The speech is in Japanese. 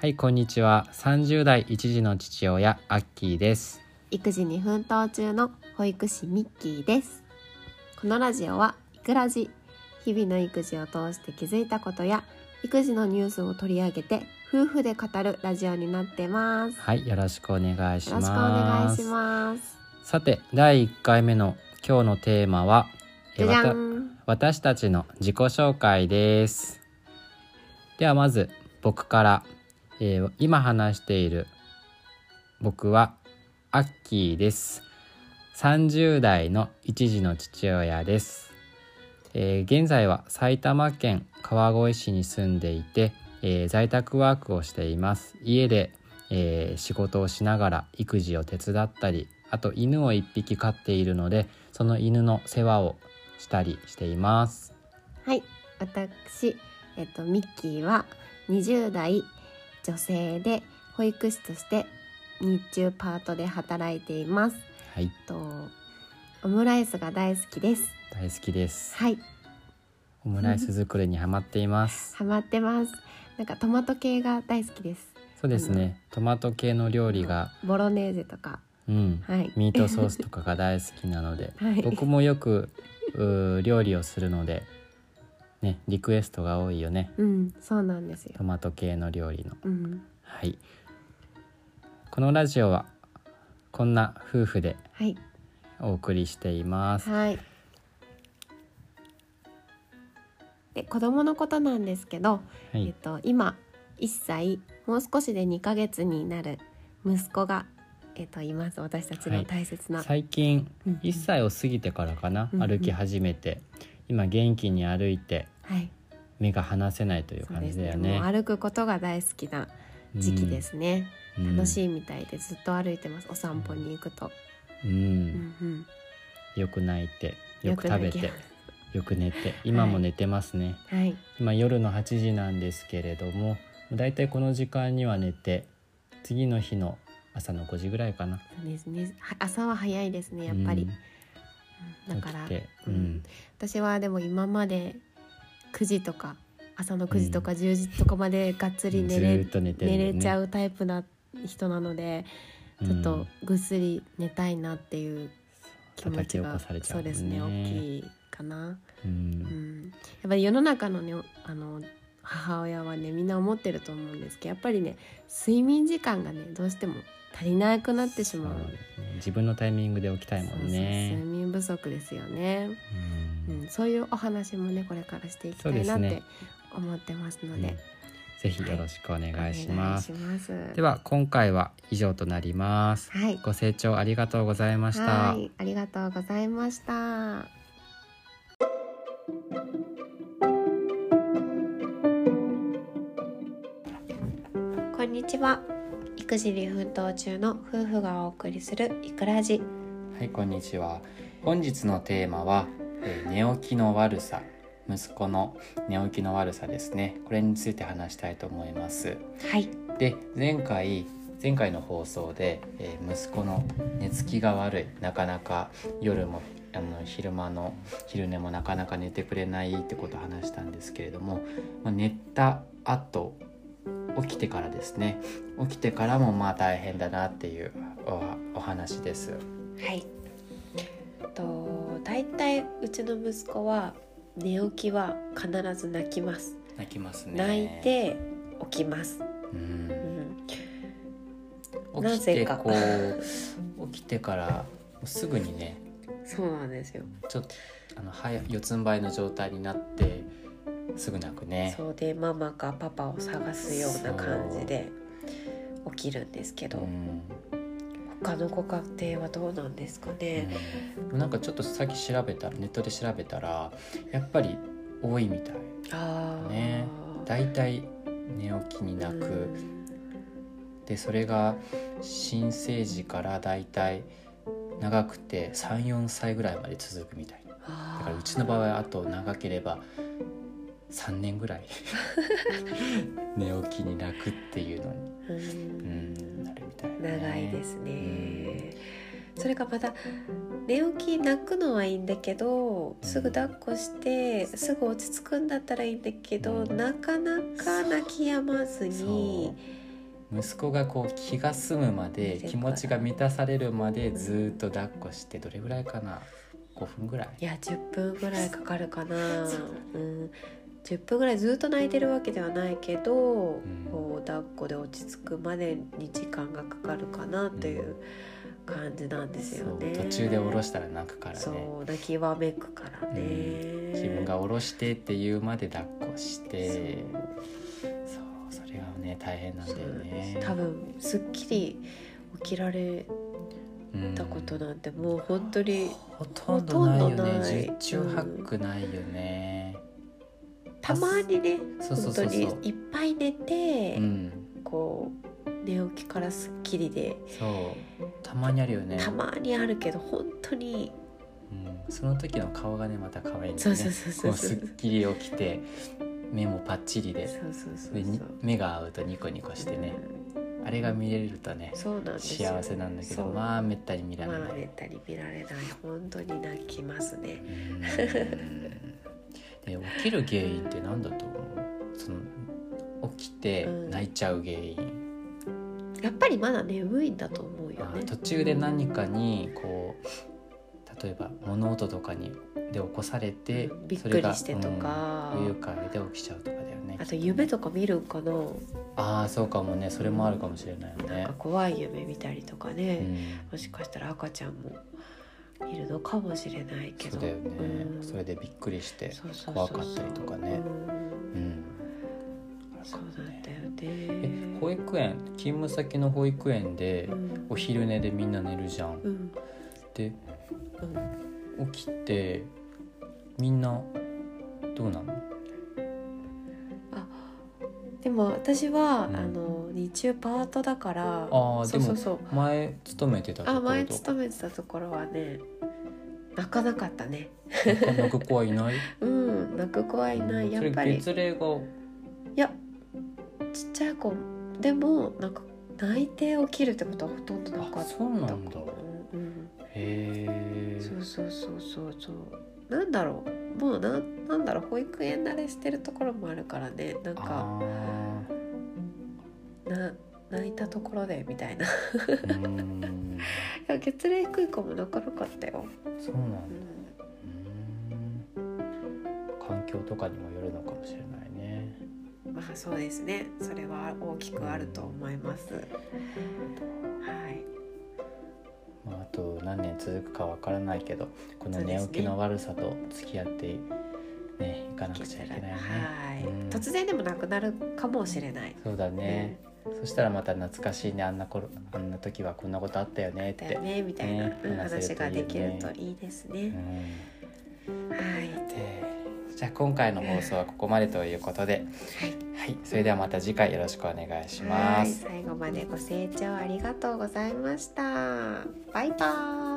はいこんにちは30代一児の父親アッキーです育児に奮闘中の保育士ミッキーですこのラジオは「いくらじ」日々の育児を通して気づいたことや育児のニュースを取り上げて夫婦で語るラジオになってますはいよろしくお願いしまよすろしくお願いしますさて第1回目の今日のテーマはえじゃじゃわたん私たちの自己紹介ですではまず僕から、えー今話している僕はアッキーです30代の一児の父親です、えー現在は埼玉県川越市に住んでいて、えー在宅ワークをしています家で、えー仕事をしながら育児を手伝ったりあと犬を一匹飼っているのでその犬の世話をしたりしていますはい私、えっと、ミッキーは20代女性で保育士として日中パートで働いていますはいえっとオムライスが大好きです大好きですはいオムライス作りにハマっています ハマってますなんかトマト系が大好きですそうですねトマト系の料理がボロネーゼとかうん、はいミートソースとかが大好きなのではい僕もよくうー料理をするのでねリクエストが多いよね うんそうなんですよトマト系の料理のうんはいこのラジオはこんな夫婦ではいお送りしていますはいで子供のことなんですけど、はえっいと今1歳もう少しで2ヶ月になる息子がえっといます私たちの大切な、最近うん1歳を過ぎてからかなうんうん歩き始めて今元気に歩いてはい目が離せないというそう感でじすだよねもねう歩くことが大好きな時期ですね、楽しいみたいでずっと歩いてますお散歩に行くと、い、うんうんうん、よく泣いてよく食べてよく泣よく寝て今も寝てますね、きはい今夜の8時なんですけれどもだいたいこの時間には寝て次の日の朝の5時ぐらいかなそうですねは朝は早いですねやっぱり、うんだから起きて、ううんん、私はでも今まで9時とか朝の9時とか10時とかまでがっつり寝れ,、ずーっと寝てるんだ寝よねれちゃうタイプな人なのでちょっうとんぐっすり寝たいなっていう気持叩き起ちがこされちゃそうもんうねですね大きいかな、ううんん、やっぱり世の中のねあの母親はねみんな思ってると思うんですけどやっぱりね睡眠時間がねどうしても足りなくなってしまうそうですね自分のタイミングで起きたいもんそうねそう睡眠不足ですよね、ううんん、そういうお話もねこれからしていきたいなそっうですてね思ってますのでうんぜひよろしくお願お願いいししまますすでは今回は以上となりますはいご清聴ありがとうございましたはいありがとうございましたこんにちは育児に奮闘中の夫婦がお送りするいくらじはいこんにちは本日のテーマは、えー寝起きの悪さ息子の寝起きの悪さですねこれについて話したいと思いますはいで前回前回の放送で、えー息子の寝つきが悪いなかなか夜もあの昼間の昼寝もなかなか寝てくれないってことを話したんですけれども、まあ、寝た後起きてからですね起きてからもまあ大変だなっていうおお話です。はいえっと大体うちの息子は寝起きは必ず泣きます泣きますね泣いて起きます、う、うんん、起なきぜてかこう起きてからすぐにねそうなんですよちょっとあの早四つん這いの状態になってすぐ泣くね。そうでママかパパを探すような感じで起きるんですけど、うん他のご家庭はどうなんですかね、うんなんかちょっとさっき調べたネットで調べたらやっぱり多いみたいああねだいたい寝起きに泣く、でそれが新生児からだいたい長くて34歳ぐらいまで続くみたいだだかからうちの場合はあと長ければ3年ぐらい 寝起きに泣くっていうのに、うん、なるみたい、ね、長いですうね、んそれがまた寝起き泣くのはいいんだけどすぐ抱っこしてすぐ落ち着くんだったらいいんだけど、うんなかなか泣き止まずそにう息子がこう気が済むまで気持ちが満たされるまでずーっと抱っこしてどれぐらいかな5分ぐらいいや10分ぐらいかかるかな、うん、10分ぐらいずっと泣いてるわけではないけど、んこう抱っこで落ち着くまでに時間がかかるかなという感じなんですよね。そう途中で下ろしたら泣くからねそう泣きわめくからね、自分が下ろしてっていうまで抱っこしてそうそうそれがね大変なんだそうよなんですね多分すっきり起きられうんたことなんてもう本当にほとんどないよほとんどないね十中八九ないよね、たまにねそうそ本うそ当うそうにいっぱい寝て、うんこう寝起きからすっきりで、そうたまにあるよねたまにあるけど本当にうん、その時の顔がねまた可愛いんだそようそうねそうそこううそすうっきり起きて目もパッチリでそうそうそうでにそう目が合うとニコニコしてねあれが見れるとねそうなんですよ幸せなんだけどそうまあめったに見られまなあいめったに見られない本当に泣きますねうーんで起きる原因って何だと思うその起きてうん泣いちゃう原因、やっぱりまだ眠いんだと思うよあね途中で何かにこう例えば物音とかにで起こされて、うんびっそくれがりしてとかうん不愉快で起きちゃうとかだよねあと夢きっとか見るんかなとねああそうかもねそれもあるかもしれないよなんねか、怖い夢見たりとかうね、ん、もしかしたら赤ちゃんもいるのかもしれないけどそうだよね、うんそれでびっくりしてそうそうそうそう怖かったりとかねうんうんそうなんだよえね保育園勤務先の保育園でうんお昼寝でみんな寝るじゃん、うんでうん起きてみんなどうなのでも私は、うんあの日中パートだからあーそうそうそう前勤めてたとこあろ前と勤めてたところはね泣かなかったねなかなか子はいない うん泣く子はいないやっぱそれりい月齢がやちっちゃい子でもなんか泣いて起きるってことはほとんどなかあったそうなんだかへなうんえそうそうそうそうそうなんだろうもうなんなんだろう保育園慣れしてるところもあるからねなんかあな泣いたところでみたいな いーうーんや月齢低い子も泣かなかったよ、そうなんだううんーん環境とかにもよるのかもしれないねまあそうですね。それは大きくあると思います。はい。まあ、あと何年続くかわからないけどこのそうで寝す起ねきの悪さと付き合ってねいかなくちゃいけないねはい、うん突然でもなくなるかもしれない。そうだね、そしたらまた懐かしいねあんな頃あんな時はこんなことあったよねっだてよねみたいな、ねうん話せ話るとがいいねできるといいですうね。んはい。でじゃあ今回の放送はここまでということで、はい、それではまた次回よろしくお願いしはまい。す。最後までご清聴ありがとうございました。バイバーイ。